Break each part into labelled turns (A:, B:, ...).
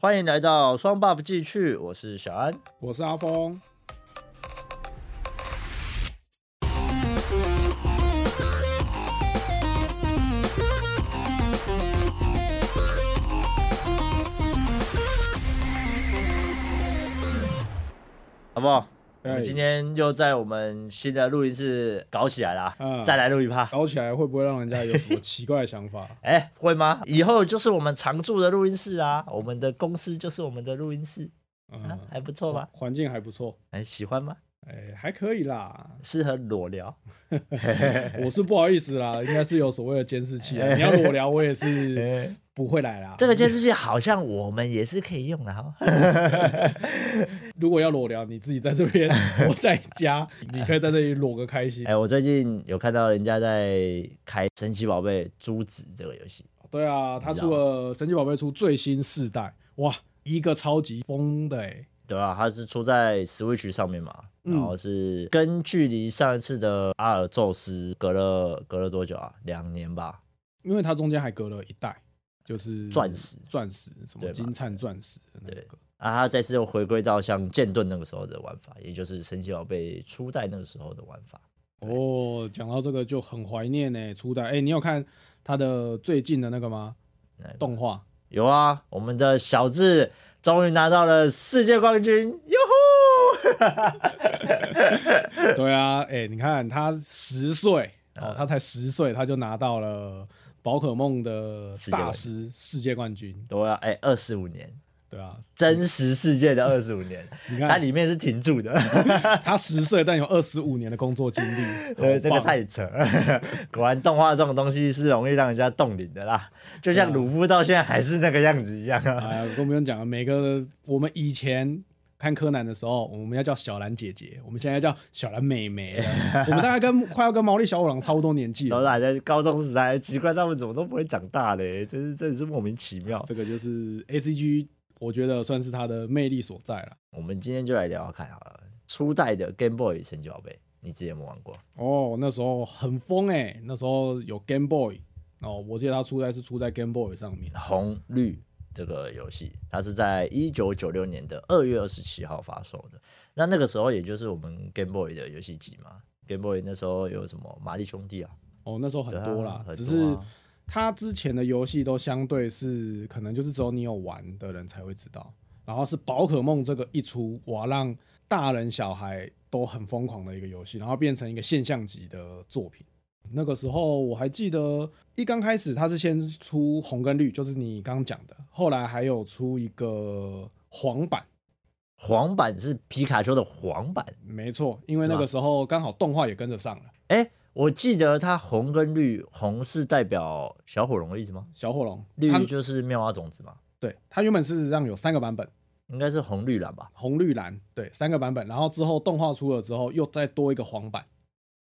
A: 欢迎来到双 buff 继续，我是小安。
B: 我是阿峰。
A: 好不好？我
B: 哎
A: 们今天又在我们新的录音室搞起来啦，
B: 嗯
A: 再来录一趴。？
B: 搞起来会不会让人家有什么奇怪的想法
A: 哎、会吗？以后就是我们常驻的录音室啊，我们的公司就是我们的录音室啊
B: 嗯，，
A: 还不错吧？
B: 环境还不错，
A: 哎、喜欢吗？。
B: 哎，还可以啦
A: 适合裸聊，
B: 嗯我是不好意思啦，应该是有所谓的监视器啊。你要裸聊，我也是不会来啦。
A: 这个监视器好像我们也是可以用的哈。
B: 如果要裸聊，你自己在这 边，我在家，你可以在这里裸个开心
A: 哎、。我最近有看到人家在开《神奇宝贝珠子》这个游戏，
B: 对啊，他出了《神奇宝贝》出最新世代，哇，一个超级疯的哎。
A: 对吧、它是出在 Switch 上面嘛，
B: 嗯
A: 然后是跟距离上一次的阿尔宙斯隔了隔了多久啊？两年吧。
B: 因为它中间还隔了一代，就是
A: 钻石
B: 钻石什
A: 对
B: 么
A: 吧
B: 金灿钻石的那
A: 对
B: 个。
A: 啊，它这次又回归到像剑盾那个时候的玩法，也就是神奇宝贝初代那个时候的玩法。
B: 哦，讲到这个就很怀念呢、初代。哎、你有看它的最近的那个吗？
A: 那个
B: 动画
A: 有啊，我们的小智终于拿到了世界冠军，哟
B: 对啊，哎、你看他十岁
A: 啊
B: 哦，他才十岁，他就拿到了宝可梦的
A: 世界冠
B: 大师世界冠军，
A: 吼！对啊，哎，二十五年，
B: 对啊，
A: 真实世界的二十五年，
B: 你
A: 它
B: 看
A: 里面是停住的。
B: 他十岁，但有二十五年的工作经 历，
A: 呃，
B: 好
A: 这个
B: 棒
A: 太扯了，果然动画这种东西是容易让人家冻龄的啦，就像鲁夫到现在还是那个样子一样 啊。
B: 哎呀，更不用讲了，每个我们以前看柯南的时候，我们要叫小兰姐姐，我们现在叫小兰妹 妹了。我们大概跟快要跟毛利小五郎差不多年纪
A: 然后
B: 了。
A: 大家高中时代，奇怪他们怎么都不会长大嘞，真是真的是莫名其妙。
B: 这个就是 A C G，我觉得算是它的魅力所在了。
A: 我们今天就来聊聊看好了，初代的 Game Boy 神奇宝贝，你自己有没有玩过？
B: 哦，那时候很疯哎、那时候有 Game Boy，哦，我记得它出在是出在 Game Boy 上面。
A: 红绿这个游戏，它是在一九九六年的二月二十七号发售的。那那个时候也就是我们 Game Boy 的游戏机嘛，Game Boy 那时候有什么玛丽兄弟啊，
B: 哦，那时候很多
A: 对啊
B: 啦，
A: 很多啊
B: 只是它之前的游戏都相对是可能就是只有你有玩的人才会知道，然后是宝可梦这个一出，哇，让大人小孩都很疯狂的一个游戏，然后变成一个现象级的作品。那个时候我还记得，一刚开始它是先出红跟绿，就是你刚刚讲的，后来还有出一个黄版，
A: 黄版是皮卡丘的黄版。
B: 没错，因为
A: 是吗
B: 那个时候刚好动画也跟着上了，
A: 哎，我记得它红跟绿，红是代表小火龙的意思吗？
B: 小火龙，它
A: 绿就是妙蛙种子嘛，
B: 对它原本事实上有三个版本，
A: 应该是红绿蓝吧？
B: 红、绿、蓝，对，三个版本。然后之后动画出了之后，又再多一个黄版。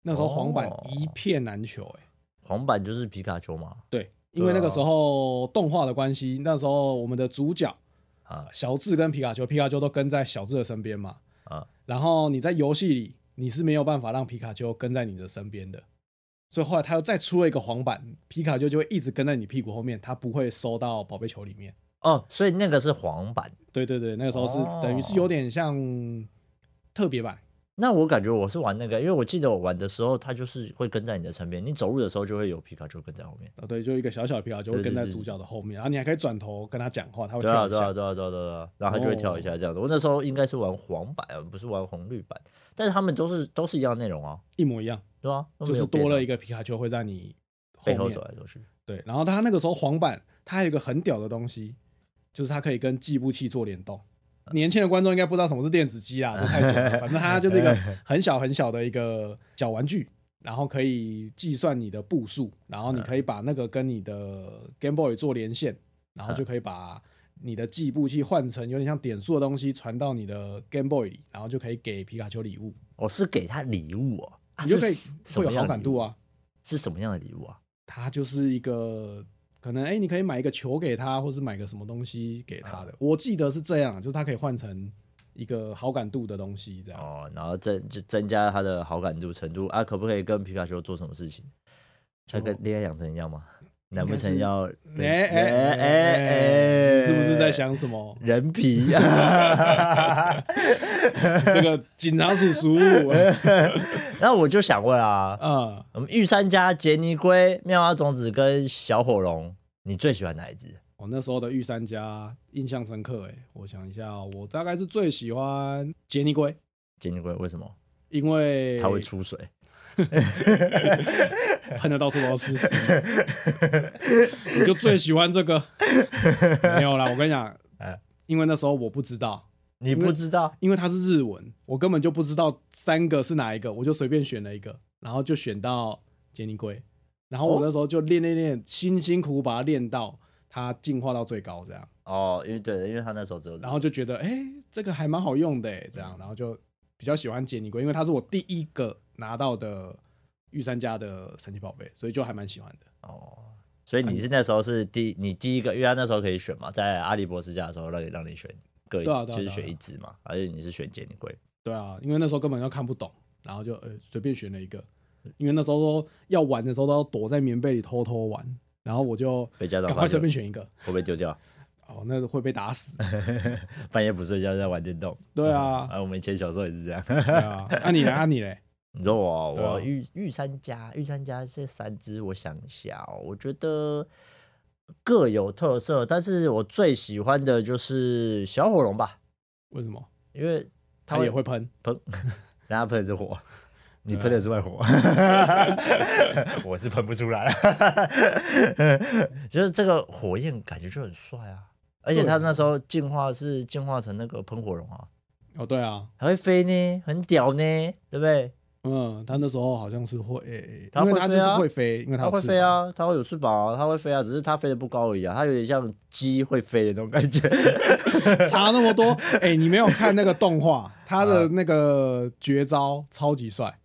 B: 那时候黄版
A: 哦
B: 一片难求、欸，
A: 黄版就是皮卡丘嘛。
B: 对，因
A: 对
B: 为
A: 啊
B: 那个时候动画的关系，那时候我们的主角
A: 啊
B: 小智跟皮卡丘，皮卡丘都跟在小智的身边嘛。
A: 啊，
B: 然后你在游戏里，你是没有办法让皮卡丘跟在你的身边的。所以后来他又再出了一个黄版，皮卡丘就会一直跟在你屁股后面，他不会收到宝贝球里面。
A: 哦，所以那个是黄版。
B: 对对对，那个时候是、
A: 哦
B: 等于是有点像特别版，
A: 那我感觉我是玩那个，因为我记得我玩的时候，它就是会跟在你的身边，你走路的时候就会有皮卡丘跟在后面。
B: 啊，对，就一个小小的皮卡丘
A: 对
B: 会
A: 对
B: 跟在
A: 对
B: 主角的后面，然后你还可以转头跟他讲话，他会
A: 对啊，
B: 跳一
A: 对啊，
B: 下。哦
A: 对啊，对啊，对啊，然后它就会跳一下这样子。我那时候应该是玩黄版，不是玩红绿版，但是他们都是都是一样的内容啊，
B: 一模一样，
A: 对啊，都
B: 就
A: 没
B: 是
A: 有变
B: 多了
A: 啊
B: 一个皮卡丘会在你后
A: 背后
B: 面
A: 走。来走去。
B: 对，然后他那个时候黄版，它还有一个很屌的东西，就是它可以跟计步器做联动。年轻的观众应该不知道什么是电子鸡啦，这太久了。反正它 就是一个很小很小的一个小玩具，然后可以计算你的步数，然后你
A: 嗯
B: 可以把那个跟你的 Game Boy 做连线，然后
A: 嗯
B: 就可以把你的计步器换成有点像点数的东西传到你的 Game Boy 里，然后就可以给皮卡丘礼物，
A: 我、哦是给他礼物哦，啊
B: 你就可以
A: 是什
B: 会
A: 么
B: 有
A: 样
B: 好
A: 的
B: 感度啊。
A: 礼物是什么样的礼物啊？
B: 它就是一个可能哎、诶你可以买一个球给他，或是买个什么东西给他的。我记得是这样，就是它可以换成一个好感度的东西，这样。
A: 哦，然后增就增加他的好感度程度啊，可不可以跟皮卡丘做什么事情？他
B: 就
A: 跟恋爱养成一样吗？难不成要
B: 哎哎哎哎，是不是在想什么？
A: 人 皮？
B: 这个 警察叔叔，
A: 那我就想问啊，
B: 啊，
A: 我们御三家杰尼龟、妙蛙种子跟小火龙，你最喜欢哪一只？
B: 我那时候的御三家印象深刻，哎，我想一下哦，我大概是最喜欢杰尼龟，
A: 杰尼龟为什么
B: 因为
A: 它会出水？
B: 喷的到处都是，你就最喜欢这个？没有啦，我跟你讲
A: 哎，
B: 因为那时候我不知道，
A: 你不知道？
B: 因为它是日文，我根本就不知道三个是哪一个，我就随便选了一个，然后就选到杰尼龟，然后我那时候就练练练，辛辛苦苦把它练到它进化到最高这样，
A: 哦，因为对，因为他那时候只有，
B: 然后就觉得哎、这个还蛮好用的哎，这样，然后就比较喜欢杰尼龟，因为它是我第一个拿到的御三家的神奇宝贝，所以就还蛮喜欢的。
A: 哦，所以你是那时候是第你第一个，因为他那时候可以选嘛，在阿里博士家的时候让你让你选各一，
B: 对啊对啊
A: 就是
B: 对啊
A: 选一只嘛，而且你是选杰尼龟，
B: 对啊，因为那时候根本就看不懂，然后就呃随便选了一个，
A: 嗯
B: 因为那时候都要玩的时候都要躲在棉被里偷偷玩，然后我就
A: 被家长
B: 赶
A: 发
B: 快
A: 现
B: 随
A: 会
B: 便选一个，
A: 不会丢掉？
B: 哦，那会被打死。
A: 半夜不睡觉在玩电动。
B: 对啊，
A: 啊，我们以前小时候也是这样。
B: 对啊，那、你嘞？啊你嘞？
A: 你说我
B: 对啊
A: 我御御三家御三家这三只，我想一下哦，我觉得各有特色，但是我最喜欢的就是小火龙吧，
B: 为什么？
A: 因为它
B: 他也会喷，
A: 喷，然后它喷的是火，你喷的是外火， 我是喷不出 来。就是这个火焰感觉就很帅啊，而且它
B: 对
A: 那时候进化是进化成那个喷火龙啊，
B: 哦对啊，
A: 还会飞呢，很屌呢，对不对？
B: 嗯，他那时候好像是会，诶
A: 它
B: 因为
A: 会
B: 他就
A: 飞啊
B: 是会飞，因为
A: 它
B: 他
A: 会飞，啊，它会有翅膀啊，它会飞啊，只是它飞得不高而已啊，它有点像鸡会飞的那种感 觉。
B: 差那么多，哎、你没有看那个动画，他的
A: 嗯
B: 那个绝招超级帅，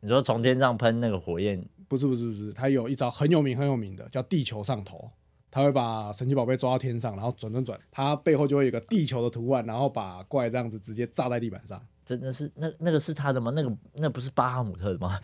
A: 你说从天上喷那个火焰，
B: 不是不是不是，他有一招很有名很有名的，叫地球上头。他会把神奇宝贝抓到天上，然后转转转，它背后就会有一个地球的图案，然后把怪这样子直接炸在地板上。
A: 真的是那那个是他的吗？那个那不是巴哈姆特的吗？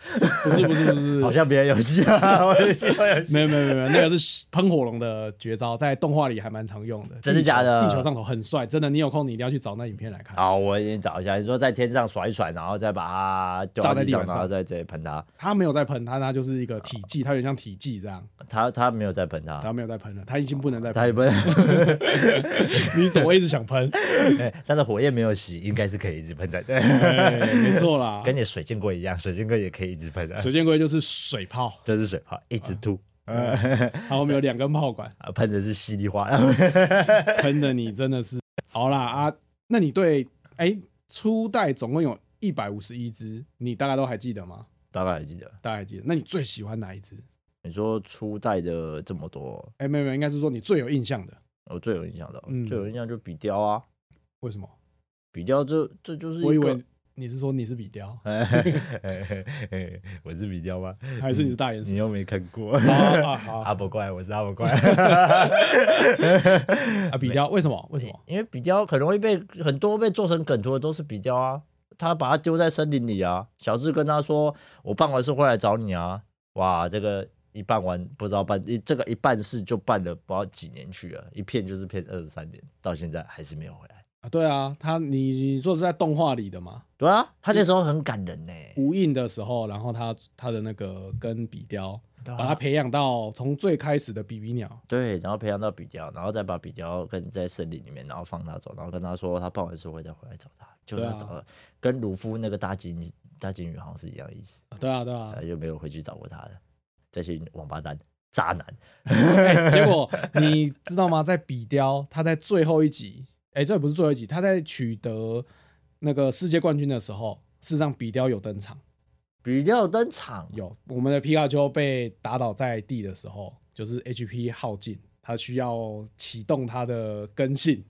B: 不是不是不是，
A: 好像别的游戏啊，我就记错游戏。
B: 没有没有没有没有，那个是喷火龙的绝招，在动画里还蛮常用的。
A: 真的
B: 地球
A: 假的
B: 地球上头很帅，真的，你有空你一定要去找那影片来看。
A: 好，我已经找一下。你说在天上甩一甩，然后再把它丢到
B: 炸在
A: 地
B: 地
A: 上，
B: 板上
A: 然后再直接喷它。
B: 他没有在喷，他他就是一个体技，他有点像体技这样，
A: 他他没有再喷它，
B: 他没有在喷了，他已经不能再
A: 他也
B: 喷了。
A: 不是，
B: 你怎么一直 想喷？
A: 他的火焰没有洗，应该是可以一直喷的。 对，
B: 哎没错啦，
A: 跟你水箭龟一样，水箭龟也可以一直喷的，
B: 水箭啊龟就是水炮，
A: 这是水泡，一直吐。
B: 它后面有两根炮管，
A: 啊，喷的是稀里花，
B: 喷的你真的是好啦啊！那你对哎初代总共有一百五十一只，你大概都还记得吗？
A: 大概还记得。
B: 大概记得。那你最喜欢哪一只？
A: 你说初代的这么多，
B: 哎，没有没有，应该是说你最有印象的。
A: 我最有印象的，
B: 嗯
A: 最有印象就比雕啊，
B: 为什么？
A: 比雕这这就是
B: 我
A: 一
B: 以
A: 个
B: 为， 你是说你是比雕，
A: 我是比雕吗？
B: 还是你是大眼
A: 你
B: 神？
A: 又没看 过
B: 啊啊好
A: 阿伯怪，我是阿伯怪，
B: 啊！比雕为什么？为什么？
A: 因为比雕很容易被很多被做成梗图的都是比雕啊，他把它丢在森林里啊，小智跟他说，我办完事会来找你啊，哇，这个。一办完不知道办一这个一办事就办了不知道几年去了，一骗就是骗二十三年，到现在还是没有回来。
B: 啊，对啊，他你你说是在动画里的嘛？
A: 对啊，他那时候很感人呢、
B: 无印的时候，然后他他的那个跟比雕，
A: 对啊
B: 把他培养到从最开始的比比鸟，
A: 对，然后培养到比较，然后再把比较跟在森林里面，然后放他走，然后跟他说他办完事会再回来找他，就
B: 对
A: 他
B: 啊
A: 找了，跟鲁夫那个大金大金鱼好像是一样的意思，
B: 啊对啊对啊
A: 然后，就没有回去找过他了。这些王八蛋、渣男，
B: 哎结果你知道吗？在比雕，他在最后一集，哎、这不是最后一集，他在取得那个世界冠军的时候，事实上比雕有登场，
A: 比较登场
B: 有我们的皮卡丘被打倒在地的时候，就是 HP 耗尽，他需要启动他的根性，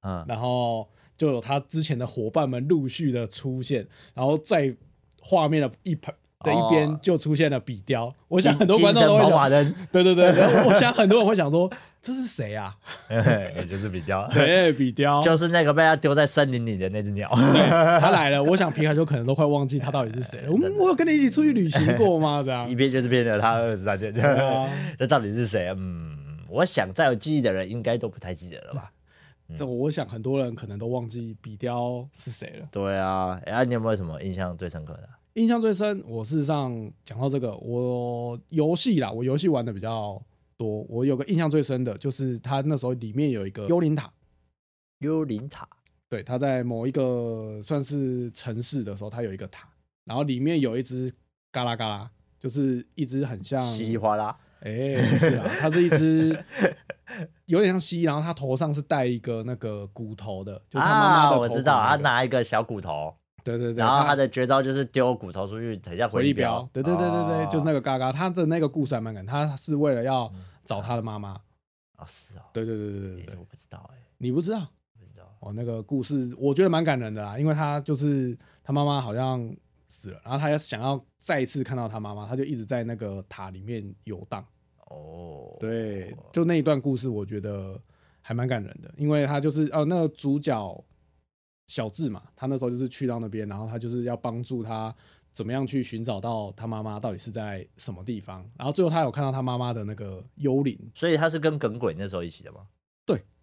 A: 啊、
B: 然后就有他之前的伙伴们陆续的出现，然后在画面的一旁的一边就出现了笔雕。我
A: 哦金
B: 想很多观众
A: 金啊
B: 都
A: 身
B: 会
A: 跑马
B: 想，
A: 灯，
B: 对对对，对我想很多人会想说这是谁啊？
A: 也就是比较，
B: 对，笔哎雕，
A: 就是那个被他丢在森林里的那只鸟。
B: 他来了。我想皮卡丘可能都快忘记他到底是 谁了。嗯，我有跟你一起出去旅行过吗？这 样
A: 一，遍就是骗了他二十三天
B: 啊。
A: 这到底是谁啊？嗯，我想再有记忆的人应该都不太记得了吧？
B: 这我想很多人可能都忘记笔雕是谁了。
A: 对啊，哎、啊你有没有什么印象最深刻的？
B: 印象最深，我事实上讲到这个，我游戏啦，我游戏玩的比较多。我有个印象最深的就是它那时候里面有一个幽灵塔，
A: 幽灵塔，
B: 啊对，它在某一个算是城市的时候，它有一个塔，然后里面有一只嘎啦嘎啦，就是一只很像，
A: 稀里哗啦，
B: 哎、不是 啦，它是一只有点像蜥蜴，然后它头上是戴一个那个骨头的，就是它妈妈
A: 啊，
B: 的头、
A: 我知道，他，拿一个小骨头，
B: 对对对，
A: 然后
B: 它
A: 他的绝招就是丢骨头出去，等一下
B: 回
A: 力
B: 力镖，对对对对对，
A: 哦
B: 就是那个嘎嘎，他的那个故事还蛮感，他是为了要找他的妈妈，
A: 啊、是哦，
B: 对对对对对
A: 其
B: 对
A: 实，我不知道哎、
B: 你不知道
A: 不知道，
B: 哦，那个故事我觉得蛮感人的啦，因为他就是他妈妈好像死了，然后他要想要再一次看到他妈妈，他就一直在那个塔里面游荡，
A: 哦，
B: 对，就那一段故事我觉得还蛮感人的，因为他就是哦，那个主角小智嘛，他那时候就是去到那边，然后他就是要帮助他怎么样去寻找到他妈妈到底是在什么地方，然后最后他有看到他妈妈的那个幽灵，
A: 所以他是跟耿鬼那时候一起的吗？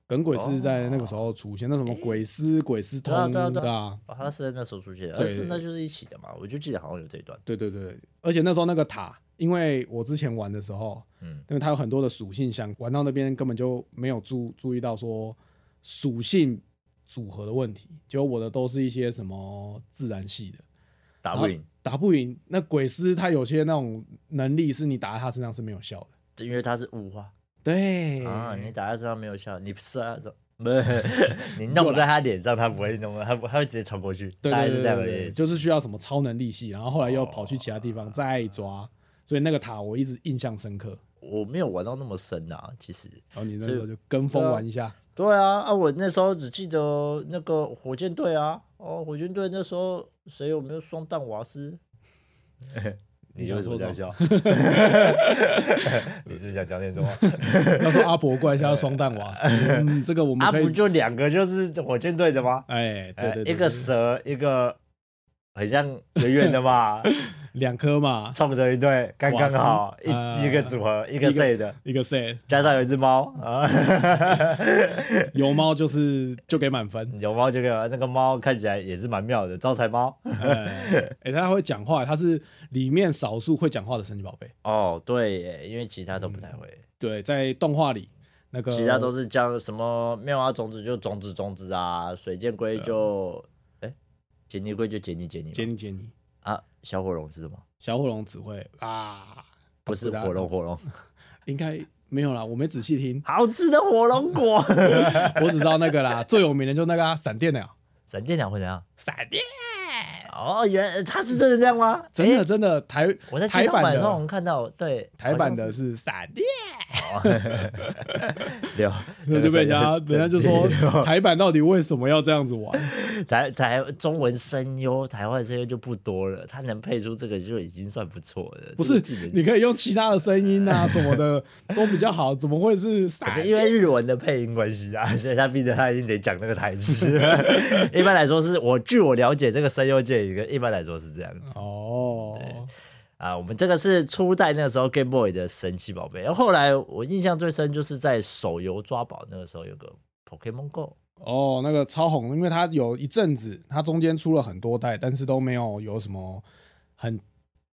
B: 耿鬼是在那个时候出现，那什么鬼丝、鬼丝
A: 哦对啊
B: 通
A: 对啊
B: 的
A: 对啊
B: 啊，
A: 哦，他是在那时候出现的，
B: 对
A: 呃那就是一起的嘛。我就记得好像有这一段，
B: 对对对，而且那时候那个塔，因为我之前玩的时候，
A: 嗯，
B: 因为它有很多的属性箱，玩到那边根本就没有注注意到说属性组合的问题，结果我的都是一些什么自然系的，
A: 打不赢，
B: 打不赢。那鬼师他有些那种能力是你打在他身上是没有效的，
A: 因为他是雾化
B: 对
A: 啊，你打在身上没有效，你不是啊， 这不是你弄在他脸上，他不会弄，他不他会直接传过去，
B: 对
A: 大概是
B: 对对
A: 这样
B: 对
A: 的
B: 对，
A: 意思。哦
B: 就是需要什么超能力系，然后后来又跑去其他地方再抓，所以那个塔我一直印象深刻。
A: 我没有玩到那么深啊，其实。
B: 然后你那时候就跟风玩一下，
A: 对啊，啊，我那时候只记得那个火箭队啊，哦，火箭队那时候谁有没有双蛋瓦斯？ 你
B: 你想
A: 为什么
B: 说
A: 在
B: 什
A: 笑？你是不是想讲点什么？
B: 要说阿伯怪一下双蛋 瓦斯，嗯，这个我们
A: 啊，
B: 可以
A: 不，就两个就是火箭队的吗？
B: 哎，对
A: 呃
B: 对对，
A: 一个
B: 对
A: 蛇，一个很像圆圆的 嘛，
B: 两颗嘛，
A: 冲着一对刚刚好
B: 哇，塞
A: 一一个组合，呃一个
B: 一个
A: C 的，
B: 一个 set
A: 加上有一只猫 啊，。
B: 有猫就是就给满分
A: 有猫就给我那个猫看起来也是蛮妙的，招财猫。
B: 哎、哎它会讲话，它是里面少数会讲话的神奇宝贝。
A: 哦，对耶，因为其他都不太会，
B: 对，在动画里那个
A: 其他都
B: 是
A: 是叫什么妙蛙种子就种子种子啊，水箭龟就哎，杰尼龟就杰尼杰尼嘛
B: 杰尼杰尼
A: 啊，小火龙是什么？
B: 小火龙只会啊，
A: 不是
B: 的啊
A: 火龙，火龙，，
B: 应该没有啦，我没仔细听
A: 好吃的火龙 果。
B: 我只知道那个啦，最有名的就那个啊闪、电鸟，
A: 闪电鸟会怎样？
B: 闪电，
A: 哦，原来他是真的这样吗？
B: 真的
A: 诶，
B: 真的台
A: 我在剧
B: 台
A: 场版
B: 版
A: 上我们
B: 的
A: 看到，对，
B: 台版
A: 好
B: 的
A: 像是
B: 是闪电，
A: 六，
B: 那就被人 家人家就 说台版到底为什么要这样子玩？
A: 台台中文声优，台湾声优就不多了，他能配出这个就已经算不错了。
B: 不
A: 这个
B: 是
A: 技能，
B: 你可以用其他的声音 啊什么的都比较好，怎么会 是
A: 可
B: 傻
A: 能？因为日文的配音关系啊，所以他逼着他一定得讲那个台词。 一般来说是我据我了解，这个声优界一个一般来说是这样
B: 嗯
A: 子
B: 哦，
A: 啊。我们这个是初代那个时候 Game Boy 的神奇宝贝，然后后来我印象最深就是在手游抓宝那个时候有个 Pokemon Go，
B: 哦，那个超红，因为它有一阵子，它中间出了很多代，但是都没有有什么很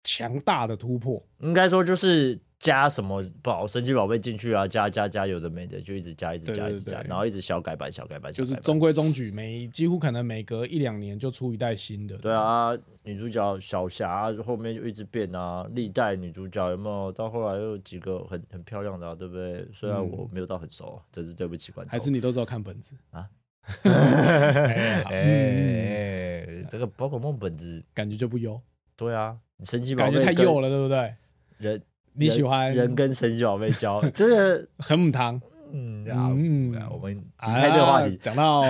B: 强大的突破。
A: 应该说就是加什么宝神奇宝贝进去啊，加加加，有的没的就一直加，一直加，
B: 对对
A: 一直加，
B: 对
A: 然后一直小改版，小改版，
B: 就是
A: 小改版
B: 中规中矩，每几乎可能每隔一两年就出一代新的。
A: 对啊，女主角小霞、啊后面就一直变啊，历代女主角有没有？到后来又有几个很很漂亮的、啊，对不对？虽然我没有到很熟，真是对不起观众。
B: 嗯还是你都知道看本子
A: 啊？
B: 哎
A: 哎、
B: 嗯，
A: 这个宝可梦本质，
B: 感觉就不优，
A: 对啊，神奇宝
B: 感
A: 贝
B: 觉太幼
A: 了，
B: 了，对不对？
A: 人
B: 你喜欢
A: 人跟神奇宝贝交，这个
B: 很母汤？
A: 嗯啊，
B: 嗯
A: 我们离开这个话
B: 啊
A: 题。
B: 讲到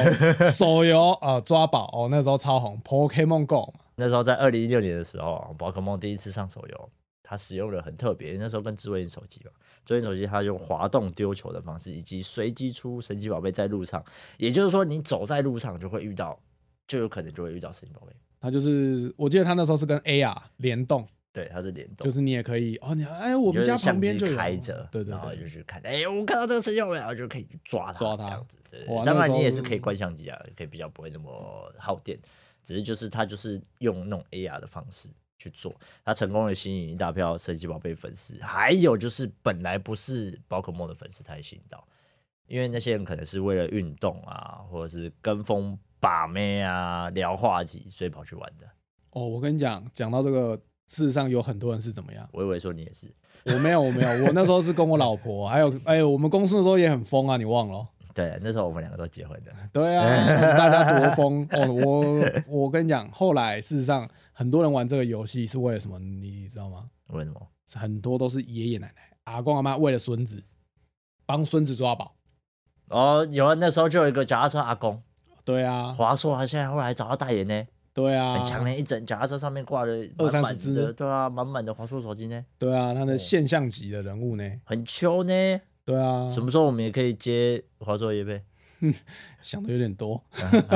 B: 手游啊、呃抓宝哦，那时候超红，Pokemon Go 嘛，
A: 那时候在二零一六年的时候啊，宝可梦第一次上手游，它使用了很特别，那时候跟智慧型手机嘛，智慧型手机它用滑动丢球的方式，以及随机出神奇宝贝在路上，也就是说你走在路上就会遇到，就有可能就会遇到神奇宝贝。
B: 它就是我记得它那时候是跟 AR 联动，
A: 对，它是联动，
B: 就是你也可以哦，你哎，我
A: 你就
B: 们
A: 是
B: 家
A: 相
B: 旁边
A: 机
B: 就有
A: 开着，
B: 对对
A: 然后就
B: 对，
A: 去看，哎、我看到这个神奇宝贝，然后就可以去抓它，
B: 抓
A: 这
B: 它
A: 样子。对对
B: 哇
A: 当
B: 那个
A: 然
B: 时
A: 你
B: 候
A: 也是可以关相机啊，可以比较不会那么耗电，只是就是它就是用那种 AR 的方式去做，它成功的吸引一大票神奇宝贝粉丝，还有就是本来不是宝可梦的粉丝，它也吸引到，因为那些人可能是为了运动啊，或者是跟风把妹啊、聊话题，所以跑去玩的。
B: 哦，我跟你讲，讲到这个，事实上有很多人是怎么样。
A: 我以为说你也是，
B: 我没有，我没有，我那时候是跟我老婆，还有哎呦，我们公司的时候也很疯啊，你忘了哦？
A: 对，那时候我们两个都结婚了。
B: 对
A: 哎
B: 啊，大家多疯哦！我我跟你讲，后来事实上很多人玩这个游戏是为了什么？你知道吗？
A: 为什么？
B: 是很多都是爷爷奶奶、阿公阿妈为了孙子，帮孙子抓宝。
A: 哦，有啊，那时候就有一个脚踏车阿公，
B: 对啊，
A: 华硕他现在后来找到代言呢，
B: 对啊，
A: 很强的一整脚踏车上面挂了满满
B: 二三十只
A: 的，对啊，满满的华硕手机呢，
B: 对啊，他的现象级的人物呢？
A: 很秋呢。
B: 对啊，
A: 什么时候我们也可以接华硕业配？
B: 想的有点多，
A: 啊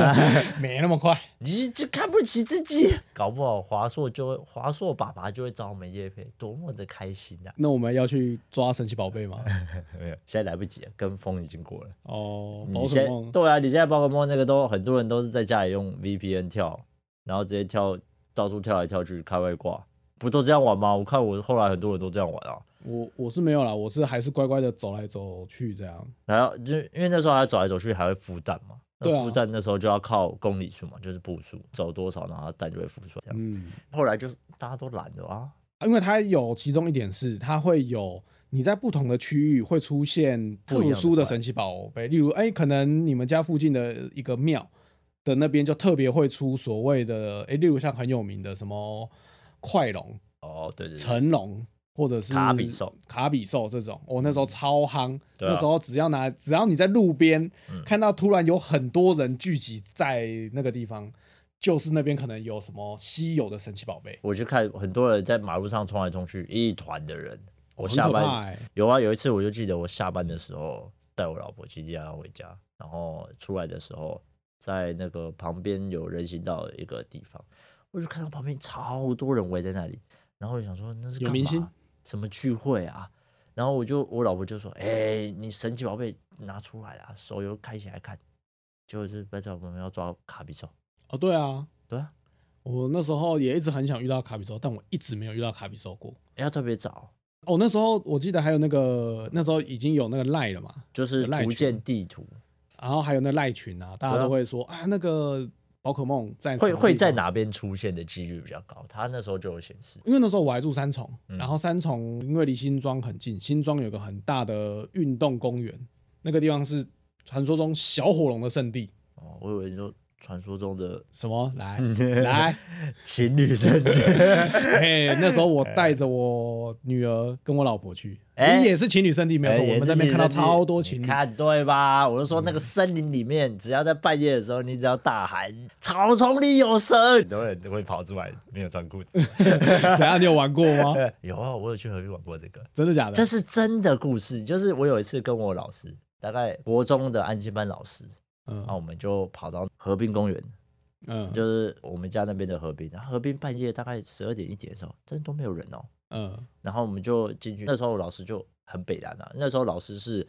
B: 没那么快。
A: 你是这看不起自己，搞不好华硕就会华硕爸爸就会找我们业配，多么的开心啊！
B: 那我们要去抓神奇宝 贝吗？
A: 没有，现在来不及了，跟风已经过了。
B: 哦，哎宝
A: 你
B: 可
A: 现
B: 梦
A: 对啊，你现在宝可梦那个都很多人都是在家里用 VPN 跳，然后直接跳到处跳来跳去开外挂，不都这样玩吗？我看我后来很多人都这样玩啊，
B: 我我是没有啦，我是还是乖乖的走来走去这样。
A: 然后就因为那时候还走来走去还会孵蛋嘛，那
B: 对啊
A: 孵蛋那时候就要靠公里数嘛，就是步数走多少，然后蛋就会孵出来。这样
B: 嗯，
A: 后来就是大家都懒了啊，
B: 因为它有其中一点是，它会有你在不同的区域会出现
A: 不一样
B: 特
A: 的
B: 殊的
A: 怪
B: 神奇宝贝，例如哎、可能你们家附近的一个庙的那边就特别会出所谓的哎、例如像很有名的什么快龙、
A: 哦对对对，
B: 成龙。或者是
A: 卡比兽、
B: 卡比兽这种，哦我、那时候超夯。
A: 对啊
B: 那时候只要拿，只要你在路边、
A: 嗯
B: 看到突然有很多人聚集在那个地方，就是那边可能有什么稀有的神奇宝贝，
A: 我去看很多人在马路上冲来冲去，一团的人，我
B: 很
A: 下
B: 可
A: 班
B: 怕欸
A: 有啊，有一次我就记得我下班的时候带我老婆骑机车回家，然后出来的时候在那个旁边有人行道一个地方，我就看到旁边超多人围在那里，然后我想说那是
B: 有
A: 干
B: 明
A: 嘛
B: 星
A: 什么聚会啊？然后我就我老婆就说：“哎、你神奇宝贝拿出来啊，手游开起来看，就是不知道我们要抓卡比兽，
B: 哦，对啊，
A: 对啊，
B: 我那时候也一直很想遇到卡比兽，但我一直没有遇到卡比兽过。
A: 要特别找，
B: 哦，那时候我记得还有那个那时候已经有那个赖了嘛，
A: 就是
B: 有赖
A: 图
B: 群
A: 鉴地图
B: 然后还有那赖群啊，大家
A: 对啊
B: 都会说啊那个宝可梦在
A: 会
B: 什么
A: 会
B: 地
A: 在
B: 方？
A: 哪边出现的几率比较高，他那时候就有显示。”
B: 因为那时候我还住三重，
A: 嗯
B: 然后三重因为离新庄很近，新庄有个很大的运动公园，那个地方是传说中小火龙的圣地。
A: 哦，我以为你说传说中的
B: 什么？ 来来，
A: 情侣圣地，
B: 嘿，那时候我带着我女儿跟我老婆去，
A: 哎
B: 也是情侣圣地， 没有错。
A: 哎
B: 我们那边看到超多情
A: 你
B: 侣，嗯
A: 看对吧？我就说那个森林里面，只要在半夜的时候，你只要大喊“草丛里有神”，很多人都会跑出来，没有穿裤 子。
B: 怎样？你有玩过吗？
A: 有啊，我有去河边玩过这个，
B: 真的假的？
A: 这是真的故事。就是我有一次跟我老师，大概国中的安亲班老师，那
B: 嗯
A: 我们就跑到河滨公园，
B: 嗯，
A: 哦就是我们家那边的河滨。然后河滨半夜大概十二点一点的时候，真的都没有人哦。
B: 嗯
A: 然后我们就进去。那时候老师就很北南啊，那时候老师是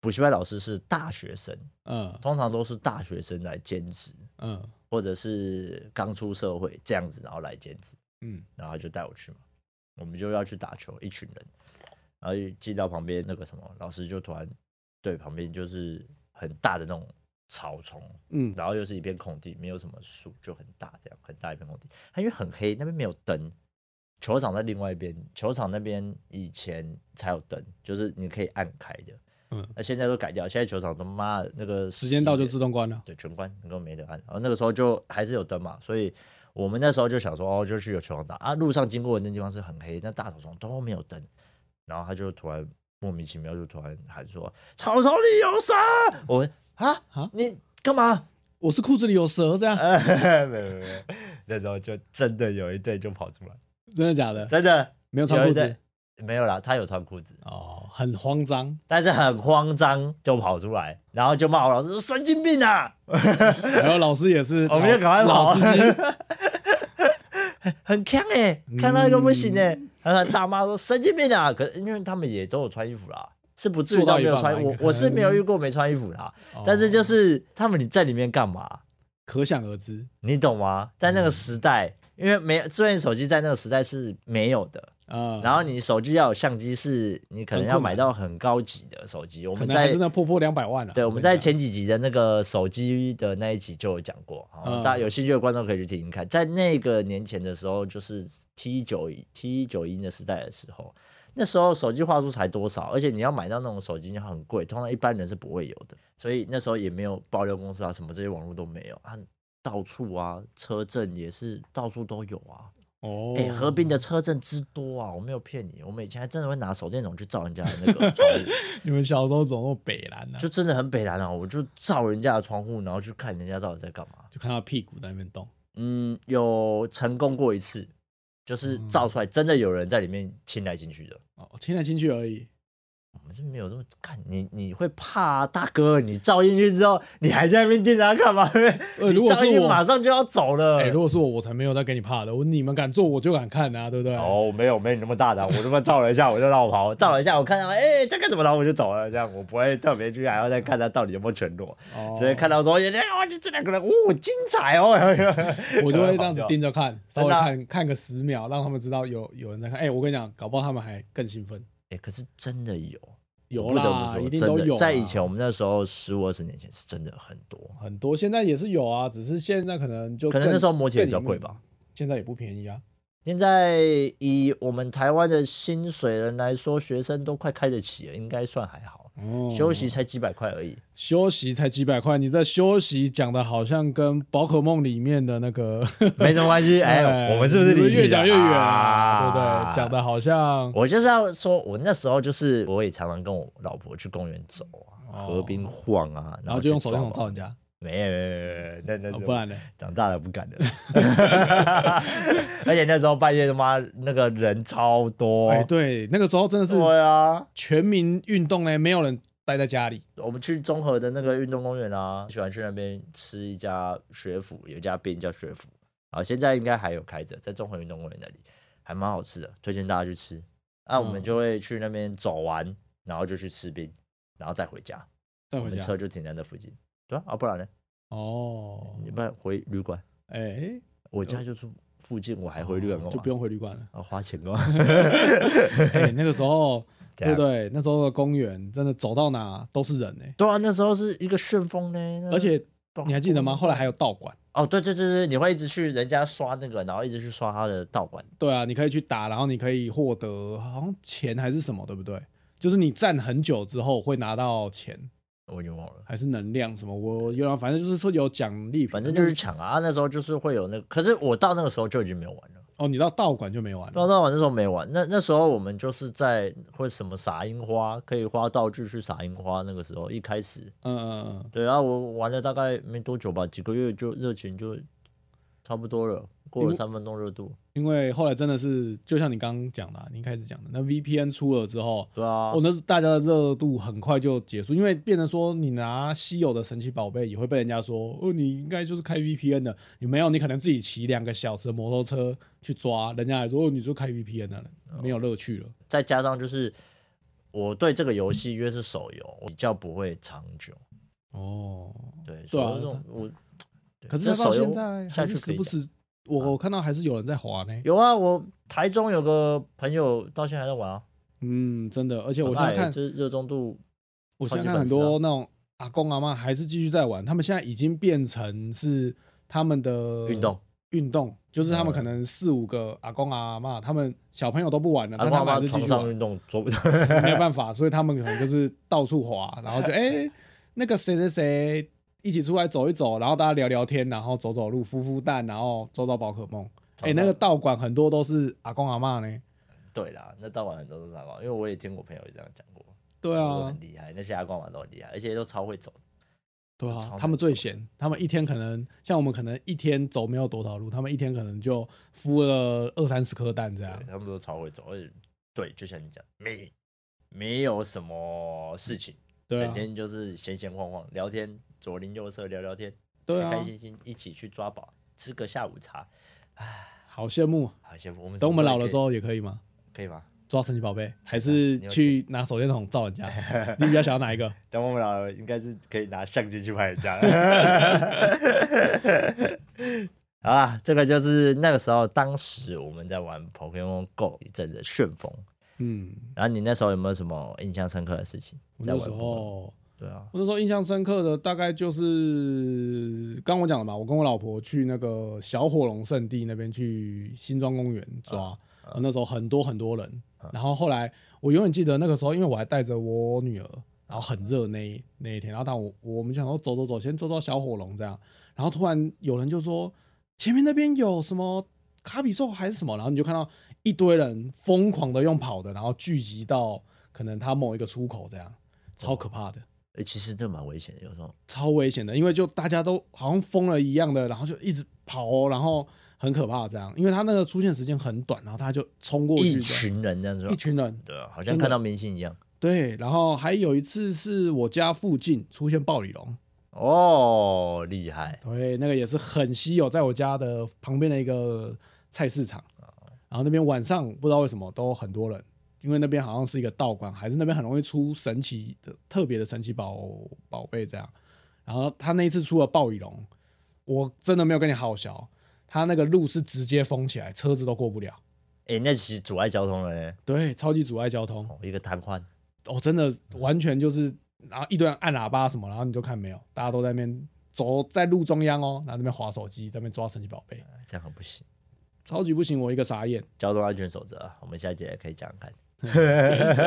A: 补习班老师是大学生，
B: 嗯
A: 通常都是大学生来兼职，
B: 嗯
A: 或者是刚出社会这样子，然后来兼职，
B: 嗯，
A: 然后他就带我去嘛，我们就要去打球，一群人，然后就进到旁边那个什么，老师就突然对旁边就是很大的那种草丛，
B: 嗯，
A: 然后又是一片空地，没有什么树，就很大这样，很大一片空地。它因为很黑，那边没有灯，球场在另外一边，球场那边以前才有灯，就是你可以按开的。
B: 嗯
A: 那现在都改掉，现在球场他妈的那个
B: 时间到就
A: 10点
B: 自动关了。
A: 对全关，你根本没得按。然后那个时候就还是有灯嘛，所以我们那时候就想说，哦，就去有球场打啊。路上经过的那地方是很黑，那大草丛都没有灯，然后他就突然莫名其妙就突然喊说：“草丛里有蛇！”我们啊
B: 啊
A: 你干嘛？
B: 我是裤子里有蛇这样。
A: 没有没有没有，那时候就真的有一对就跑出来，
B: 真的假的？
A: 真的
B: 没有穿裤
A: 有一
B: 子
A: 没有啦，他有穿裤子，
B: 哦，很慌张。
A: 但是很慌张就跑出来，然后就骂我老师说神经病啊！
B: 然后老师也是 老，
A: 我们就赶快跑
B: 老司机，
A: 很强哎、
B: 嗯
A: 看到一个不行哎、然后大妈说神经病啊！可是因为他们也都有穿衣服啦，是不至于
B: 做到
A: 没有
B: 一半吧
A: 穿，
B: 应该
A: 我
B: 可能
A: 我是没有遇过没穿衣服啦， 但是就
B: 哦
A: 是他们你在里面干嘛？
B: 可想而知
A: 你懂吗？在
B: 嗯
A: 那个时代，因为没有智能手机在那个时代是没有的，
B: 啊。
A: 然后你手机要有相机是，你可能
B: 很
A: 要
B: 困
A: 买
B: 难
A: 到很高级的手机。我
B: 可
A: 们
B: 能还
A: 在
B: 是那啊破破两百万了。
A: 对我们
B: 跟
A: 在
B: 你讲
A: 前几集的那个手机的那一集就有讲过，哦
B: 嗯
A: 大家有兴趣的观众可以去听听看。在那个年前的时候，就是 T 九 T 九一的时代的时候，那时候手机话术才多少，而且你要买到那种手机很贵，通常一般人是不会有的。所以那时候也没有爆料公司啊，什么这些网络都没有，啊，到处啊，车震也是到处都有啊。
B: 哦，
A: 哎、河滨的车震之多啊，我没有骗你，我们以前还真的会拿手电筒去照人家的那个窗户。
B: 你们小时候怎么那么北蓝呢？
A: 就真的很北蓝啊！我就照人家的窗户，然后去看人家到底在干嘛。
B: 就看到屁股在那边动，
A: 嗯，有成功过一次，就是
B: 嗯
A: 照出来真的有人在里面亲来亲去的。
B: 哦，亲来亲去而已。
A: 我们是没有这么看你，你会怕啊、大哥？你照进去之后，你还在那边盯着他干嘛？
B: 呃，如果
A: 照
B: 是
A: 进去
B: 我，
A: 马上就呃要走了。
B: 哎、如果是我，我才没有在给你怕的。我你们敢做，我就敢看啊，对不对？
A: 哦，没有，没你那么大胆，我他妈照了一下我就绕跑，照了一下我看到，哎、在干什么，然后我就走了，这样我不会特别去还要再看他到底有没有全裸，
B: 哦，
A: 只是看到说，哎哇，就这两个人，哦，精彩哦，
B: 我就会这样子盯着看，稍
A: 真
B: 微
A: 的啊
B: 看看个十秒，让他们知道有有人在看。哎、我跟你讲，搞不好他们还更兴奋。
A: 哎、可是真的有，
B: 有
A: 我不得不
B: 啦，
A: 说，
B: 一定
A: 真
B: 都
A: 的
B: 有啦。
A: 在以前我们那时候十五二十年前是真的很多，
B: 很多，现在也是有啊，只是现在可能就
A: 可能
B: 更
A: 那时候摩羯比较
B: 更
A: 贵吧。
B: 现在也不便宜啊。
A: 现在以我们台湾的薪水人来说，学生都快开得起了，应该算还好。
B: 哦
A: 休息才几百块而已，
B: 休息才几百块，你这休息讲的好像跟宝可梦里面的那个
A: 没什么关系。 哎，我们是不是离题了
B: 越讲越远
A: 啊
B: 啊？对不对？讲的好像
A: 我就是要说，我那时候就是我也常常跟我老婆去公园走啊，
B: 哦
A: 河边晃啊，
B: 然后就用手电筒
A: 去
B: 照
A: 撞啊。
B: 人家，
A: 没有没有没有没有，那那
B: 哦
A: 是
B: 不然呢？
A: 长大了不敢了， 而且那时候半夜他妈那个人超多，
B: 哎，对，那个时候真的是
A: 对啊，
B: 全民运动嘞，没有人待在家里。
A: 我们去综合的那个运动公园啊，喜欢去那边吃一家学府，有一家店叫学府，啊，现在应该还有开着，在综合运动公园那里，还蛮好吃的，推荐大家去吃。那、我们
B: 嗯
A: 就会去那边走完，然后就去吃冰，然后再回家，
B: 再
A: 我
B: 回
A: 们
B: 家
A: 车就停在那附近，对啊，啊不然呢？
B: 哦，
A: 你不然回旅馆，
B: 哎，
A: 我家就住附近，我还回旅馆干嘛。
B: 哦就不用回旅馆了
A: 啊，花钱哦。
B: 哎，那个 时候，
A: 对啊
B: 对不对？那时候的公园真的走到哪都是人呢，
A: 对啊，那时候是一个旋风呢，那
B: 而且
A: 包
B: 你还记 得吗？后来还有道馆。
A: 哦，对对对对，你会一直去人家刷那个，然后一直去刷他的道馆，
B: 对啊，你可以去打，然后你可以获得好像钱还是什么，对不对？就是你站很久之后会拿到钱，
A: 我已经忘了，
B: 还是能量什么？我有点反正就是说有奖励品，
A: 反正就是抢啊。那时候就是会有那个，可是我到那个时候就已经没有玩了，
B: 哦，你到道馆就没玩
A: 到
B: 了。
A: 道馆那时候没玩。那那时候我们就是在会什么撒樱花，可以花道具去撒樱花。那个时候一开始，
B: 嗯嗯嗯，
A: 对啊，我玩了大概没多久吧，几个月就热情就差不多了，过了
B: 因为
A: 三分钟热度，
B: 因为后来真的是就像你刚刚讲的啊、你一开始讲的，那 VPN 出了之后，
A: 对啊
B: 哦，，那是大家的热度很快就结束，因为变成说你拿稀有的神奇宝贝也会被人家说，哦，你应该就是开 VPN 的，你没有，你可能自己骑两个小时的摩托车去抓，人家还说，哦，你就开 VPN 的了，
A: 哦
B: 没有乐趣了。
A: 再加上就是我对这个游戏，因为是手游，我比较不会长久。
B: 哦，
A: 对，
B: 对
A: 手
B: 啊
A: 游这种我，对
B: 可是
A: 这
B: 他到
A: 手游
B: 现在
A: 下
B: 还
A: 去
B: 是
A: 可
B: 时
A: 以
B: 不
A: 讲啊
B: 时，我我看到还是有人在滑呢。
A: 有啊，我台中有个朋友到现在还在玩啊，
B: 嗯，真的，而且我
A: 很
B: 现在
A: 爱
B: 看，
A: 就是热衷度，
B: 我现
A: 超
B: 在
A: 级
B: 看
A: 粉
B: 很
A: 丝啊
B: 多那种阿公阿妈还是继续在玩，他们现在已经变成是他们的
A: 运动
B: 运动，就是他们
A: 嗯
B: 可能四五个阿公阿妈，他们小朋友都不玩了，
A: 阿
B: 但
A: 公
B: 他
A: 阿
B: 们还
A: 啊妈
B: 是
A: 床
B: 继续
A: 上
B: 玩，
A: 运动做不到，
B: 没有办法，所以他们可能就是到处滑，然 后就哎、那个谁谁谁一起出来走一走，然后大家聊聊天，然后走走路、孵孵蛋，然后走走宝可梦。哎、那个道馆很多都是阿公阿妈呢。
A: 对啦，那到晚很多都是阿公，因为我也听我朋友这样讲过，
B: 对
A: 都
B: 啊
A: 很，厉害，那些阿公阿嬷都很厉害，而且都超会走，
B: 对啊
A: 这超，
B: 他们
A: 难
B: 最
A: 做
B: 闲，他们一天可能像我们可能一天走没有多少路，他们一天可能就孵了二三十颗蛋这样
A: 对，。他们都超会走，而且对，就像你讲，没没有什么事情，
B: 对
A: 整
B: 啊，
A: 天就是闲闲晃晃聊天，左邻右舍聊聊天，
B: 对
A: 开
B: 啊
A: 开，心心一起去抓宝，吃个下午茶，
B: 好羡慕。
A: 好羡慕。我们
B: 等我们老了之
A: 之后
B: 后也可以吗？
A: 可以吗？
B: 抓神奇宝贝，还是
A: 啊你有
B: 去拿手电筒照 人家？你比较想要哪一个？
A: 等我们老了，应该是可以拿相机去拍人家。好啊，这个就是那个时候，当时我们在玩 Pokemon Go 一阵的旋风。
B: 嗯，
A: 然后你那时候有没有什么印象深刻的事情？
B: 我
A: 在
B: 那
A: 玩
B: 时
A: Pokemon？
B: 候，
A: 对啊，
B: 我那时候印象深刻的大概就是刚我讲的嘛，我跟我老婆去那个小火龙圣地那边去新庄公园抓，然后那时候很多很多人，然后后来我永远记得那个时候，因为我还带着我女儿，然后很热那一那一天，然后当我我们想说走走走，先抓抓小火龙这样，然后突然有人就说前面那边有什么卡比兽还是什么，然后你就看到一堆人疯狂的用跑的，然后聚集到可能它某一个出口这样，超可怕的。
A: 诶其实这蛮危险的，有时候
B: 超危险的，因为就大家都好像疯了一样的，然后就一直跑、哦，然后很可怕这样，因为他那个出现时间很短，然后他就冲过去
A: 一
B: 的
A: 群人这样子吧，
B: 一群人，
A: 对啊，好
B: 真
A: 像
B: 的
A: 看到明星一样。
B: 对，然后还有一次是我家附近出现暴鲤龙，
A: 哦，厉害！
B: 对，那个也是很稀有，在我家的旁边的一个菜市场，然后那边晚上不知道为什么都很多人，因为那边好像是一个道馆，还是那边很容易出神奇的特别的神奇宝宝贝这样。然后他那一次出了暴雨龙，我真的没有跟你好小，他那个路是直接封起来，车子都过不了，
A: 哎、那其实阻碍交通了呢，
B: 对，超级阻碍交通。
A: 哦，一个瘫痪。
B: 哦，真的完全就是，然后一堆人按喇叭什么，然后你就看没有，大家都在那边走在路中央哦，然后在那边划手机，在那边抓神奇宝贝。
A: 这样很不行。
B: 超级不行，我一个傻眼。
A: 交通安全守则啊，我们下一节可以讲讲看。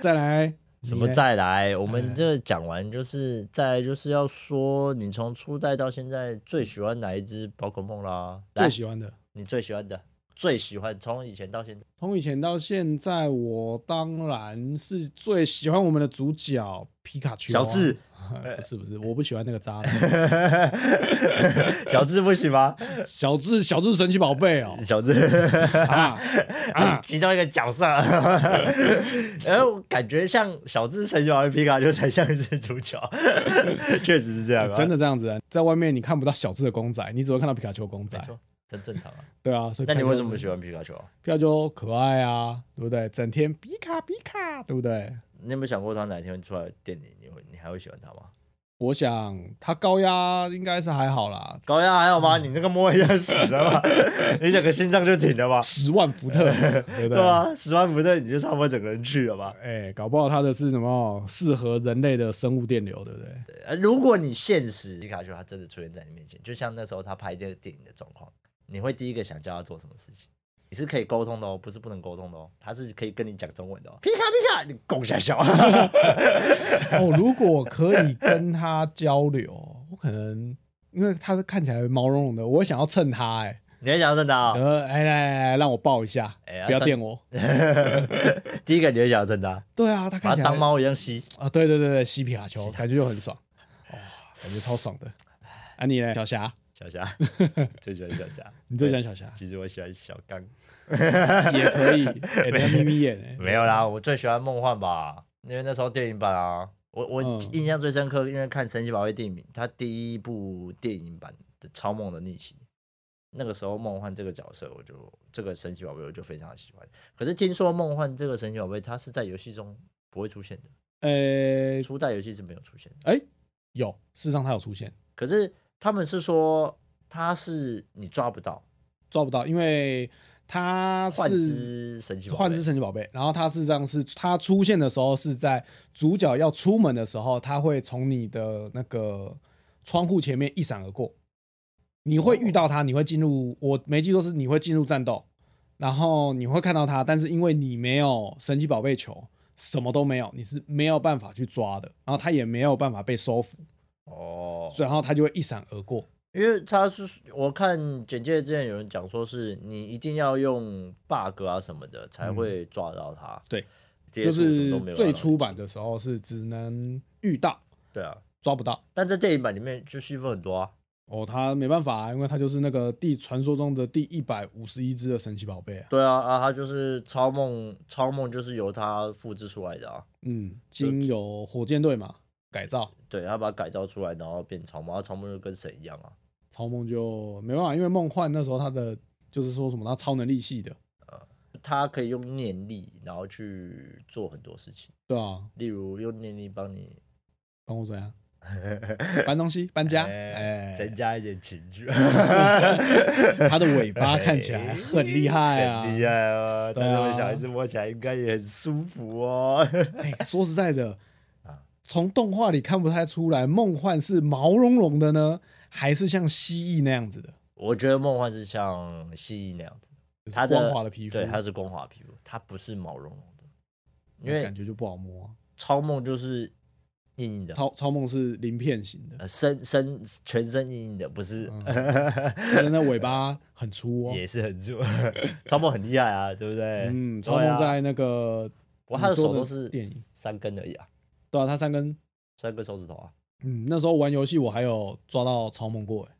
B: 再来，
A: 什
B: 你
A: 么
B: 嘞？
A: 再来？我
B: 哎
A: 们这讲完就是再来就是要说你从初代到现在最喜欢哪一只宝可梦啦？来
B: 嗯最，喜欢的？
A: 你最喜欢的，最喜欢从以前到现在，
B: 从以前到现在，我当然是最喜欢我们的主角皮卡丘啊、
A: 小智
B: 不是不是，我不喜欢那个渣男
A: 小智不行 吗？
B: 小智，小智神奇宝贝 哦
A: 小智。
B: 啊
A: 啊，
B: 啊！
A: 其中一个角色， 然后感觉像小智神奇宝贝皮卡丘才像是主 角，确实是这样、啊，
B: 真的这样子啊，在外面你看不到小智的公仔，你只会看到皮卡丘公
A: 没
B: 仔。
A: 错，真正常啊。
B: 对啊，所以
A: 那你
B: 皮卡丘
A: 为什么不
B: 是
A: 喜欢皮卡丘啊？
B: 皮卡丘可爱啊，对不对？整天皮卡皮卡，对不对？
A: 你有没有想过他哪一天会出来电你，你会你还会喜欢他吗？
B: 我想他高压应该是还好啦，
A: 高压还好吗？你那个摸一下死了 吧，你整个心脏就停了吧？
B: 十万伏 特，对不
A: 对
B: 对？
A: 啊，十万伏特你就差不多整个人去了吧？
B: 哎、搞不好它的是什么适合人类的生物电流，对不对？
A: 对呃如果你现实皮卡丘他真的出现在你面前，就像那时候他拍这个电影的状况，你会第一个想叫他做什么事情？你是可以沟通的哦，不是不能沟通的哦，他是可以跟你讲中文的哦。皮卡皮卡，你拱下啊笑。
B: 哦，如果我可以跟它交流，我可能因为它是看起来毛茸茸的，我会想要蹭它、
A: 你在想要蹭他
B: 哎、
A: 哦？
B: 呃，哎来来来，让我抱一下，
A: 哎呀
B: 不要电我。
A: 第一个你会想要蹭他，
B: 对啊，它看
A: 把
B: 起
A: 他
B: 来
A: 当猫一样吸。
B: 啊，对对对对，吸皮卡丘，感觉就很爽，哇、感觉超爽的。啊，你呢，小霞？
A: 小 霞，最喜欢小霞。
B: 你最喜欢小霞？
A: 其实我喜欢小刚。
B: 也可以， 哎、你要眯眯眼、 哎
A: 没有啦，我最喜欢梦幻吧，因为那时候电影版啊，我我
B: 嗯
A: 印象最深刻，因为看《神奇宝贝》电影，它第一部电影版的《超梦的逆袭》，那个时候梦幻这个角色，我就这个神奇宝贝我就非常的喜欢。可是听说梦幻这个神奇宝贝，它是在游戏中不会出现的，
B: 呃、
A: 初代游戏是没有出现的。
B: 有，事实上它有出现，
A: 可是他们是说它是你抓不到，
B: 抓不到，因为它
A: 换
B: 是
A: 只神奇宝贝，
B: 幻之神奇宝贝，然后它事实上是它出现的时候是在主角要出门的时候，它会从你的那个窗户前面一闪而过，你会遇
A: 哦
B: 到它，你会进入，我没记错是你会进入战斗，然后你会看到它，但是因为你没有神奇宝贝球，什么都没有，你是没有办法去抓的，然后它也没有办法被收服，
A: 哦，
B: 所以然后它就会一闪而过。
A: 因为他是我看简介之前有人讲说，是你一定要用 bug 啊什么的才会抓到他。
B: 嗯对
A: 这些
B: 就
A: 事情
B: 是
A: 都没有办法，
B: 最初版的时候是只能遇到，
A: 对啊，
B: 抓不到。
A: 但在电影版里面就戏份很多啊。
B: 哦，他没办法、啊，因为他就是那个第传说中的第一百五十一只的神奇宝贝啊。
A: 对啊，啊，他就是超梦，超梦就是由他复制出来的啊。
B: 嗯，经由火箭队嘛改造，
A: 对他把它改造出来，然后变超梦，然后啊超梦就跟神一样啊。
B: 超梦就没办法，因为梦幻那时候他的就是说什么他超能力系的，
A: 他可以用念力，然后去做很多事情，
B: 对啊，
A: 例如用念力帮你
B: 帮我怎样搬东西搬家， 哎、
A: 增加一点情 趣，
B: 它的 尾巴看起来很厉害啊，
A: 哎很厉害啊！
B: 对
A: 但
B: 啊
A: 是我小孩子摸起来应该也很舒服哦。
B: 哎、说实在的
A: 啊，
B: 从动画里看不太出来，梦幻是毛茸茸的呢，还是像蜥蜴那样子的，
A: 我觉得梦幻是像蜥蜴那样子，
B: 就是
A: 它的
B: 光滑的皮肤，
A: 对，它是光滑皮肤，它不是毛茸茸的，因
B: 感
A: 为
B: 觉就不好摸啊、
A: 超梦就是硬硬的，
B: 超超梦是鳞片型的，
A: 呃身身全身硬硬的，不是、
B: 可是那尾巴很粗哦。
A: 也是很弱。 超梦很厉害啊，对不对？
B: 嗯，
A: 对
B: 超
A: 啊
B: 梦在那个，
A: 不过他的手都
B: 你说
A: 是
B: 的电影
A: 三根而已啊，
B: 对啊，它三根，
A: 三根手指头啊，
B: 嗯，那时候玩游戏我还有抓到超梦过，哎，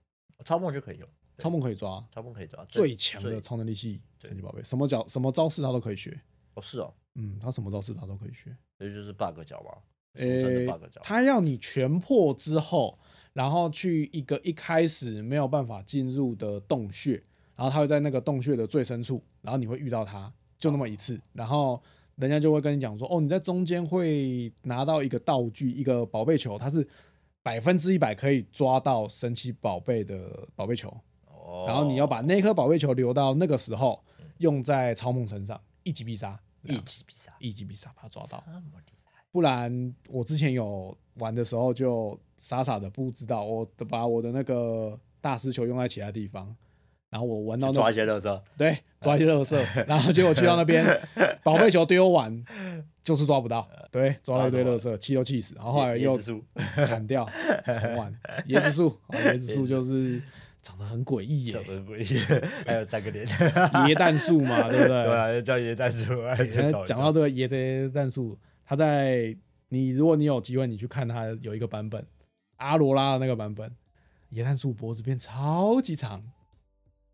A: 超梦就可以用，对
B: 超梦可以抓
A: 超梦可以抓
B: 最强
A: 最
B: 的超能力系
A: 对
B: 神奇宝贝，什么脚什么招式它都可以学，
A: 哦是哦，
B: 嗯，它什么招式它都可以学。
A: 这就是 bug 脚嘛，俗称
B: 诶、哦
A: 的 bug 脚。
B: 他要你全破之后，然后去一个一开始没有办法进入的洞穴，然后他会在那个洞穴的最深处，然后你会遇到他，就那么一次，然后人家就会跟你讲说，哦，你在中间会拿到一个道具，一个宝贝球，它是百分之一百可以抓到神奇宝贝的宝贝球，
A: 哦
B: 然后你要把那颗宝贝球留到那个时候，用在超梦身上，一击必杀，这
A: 一
B: 样
A: 起必杀，
B: 一击必杀把它抓到。
A: 那么厉害，
B: 不然我之前有玩的时候就傻傻的不知道，我把我的那个大师球用在其他地方，然后我玩到
A: 去
B: 那
A: 抓一些乐色，
B: 对抓一些垃圾，然后结果去到 那边宝贝球丢完就是抓不到，对，抓了一堆垃圾，气都气死，然后后来
A: 椰
B: 又
A: 子树
B: 砍掉 重玩椰子树，哦椰子树就是长得很诡异
A: 怎
B: 耶，
A: 么鬼？ 还有三个脸，
B: 椰蛋树嘛，对不 对？
A: 对啊，要叫椰蛋树，还是
B: 欸
A: 找一
B: 讲
A: 下
B: 到这个野贼战术，他在你如果你有机会，你去看他有一个版本，阿罗拉的那个版本，野战术脖子变超级长，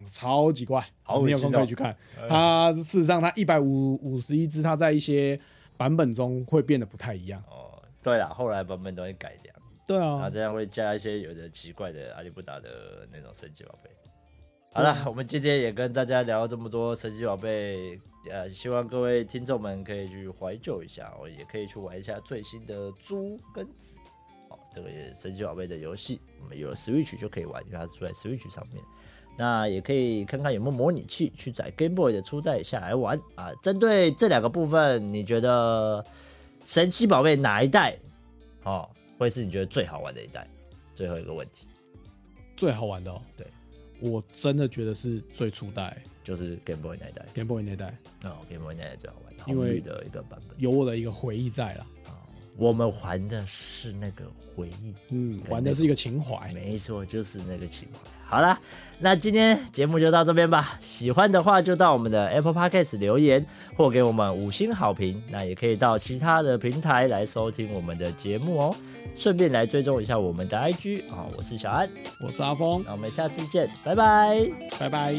B: 超级怪，
A: 嗯好恶
B: 你有
A: 心
B: 空
A: 哦
B: 可以去看。
A: 哎
B: 它事实上它一百五五十一只，它在一些版本中会变得不太一样。
A: 哦，对啦，后来版本都会改良，
B: 对
A: 然后
B: 啊，
A: 这样会加一些有的奇怪的阿里不达的那种神奇宝贝。好了，我们今天也跟大家聊了这么多神奇宝贝，呃，希望各位听众们可以去怀旧一下，哦，也可以去玩一下最新的猪跟子，哦，这个也神奇宝贝的游戏，我们有了 Switch 就可以玩，因为它是出在 Switch 上面。那也可以看看有没有模拟器去载 Game Boy 的初代下来玩啊。针对这两个部分，你觉得神奇宝贝哪一代哦，会是你觉得最好玩的一代？最后一个问题
B: 最好玩的、哦，
A: 对，
B: 我真的觉得是最初代
A: 就是 Game Boy 那一代，
B: Game Boy 那代，
A: 哦，Game Boy 那一代最好玩，
B: 因
A: 红
B: 为
A: 绿的一个版本。
B: 有我的一个回忆在啦。
A: 哦我们玩的是那个回忆，
B: 嗯，玩的是一个情怀。
A: 没错，就是那个情怀。好啦，那今天节目就到这边吧。喜欢的话就到我们的 Apple Podcast 留言或给我们五星好评。那也可以到其他的平台来收听我们的节目哦。顺便来追踪一下我们的 IG 哦啊、我是小安，
B: 我是阿峰，
A: 那我们下次见，拜拜。
B: 拜拜。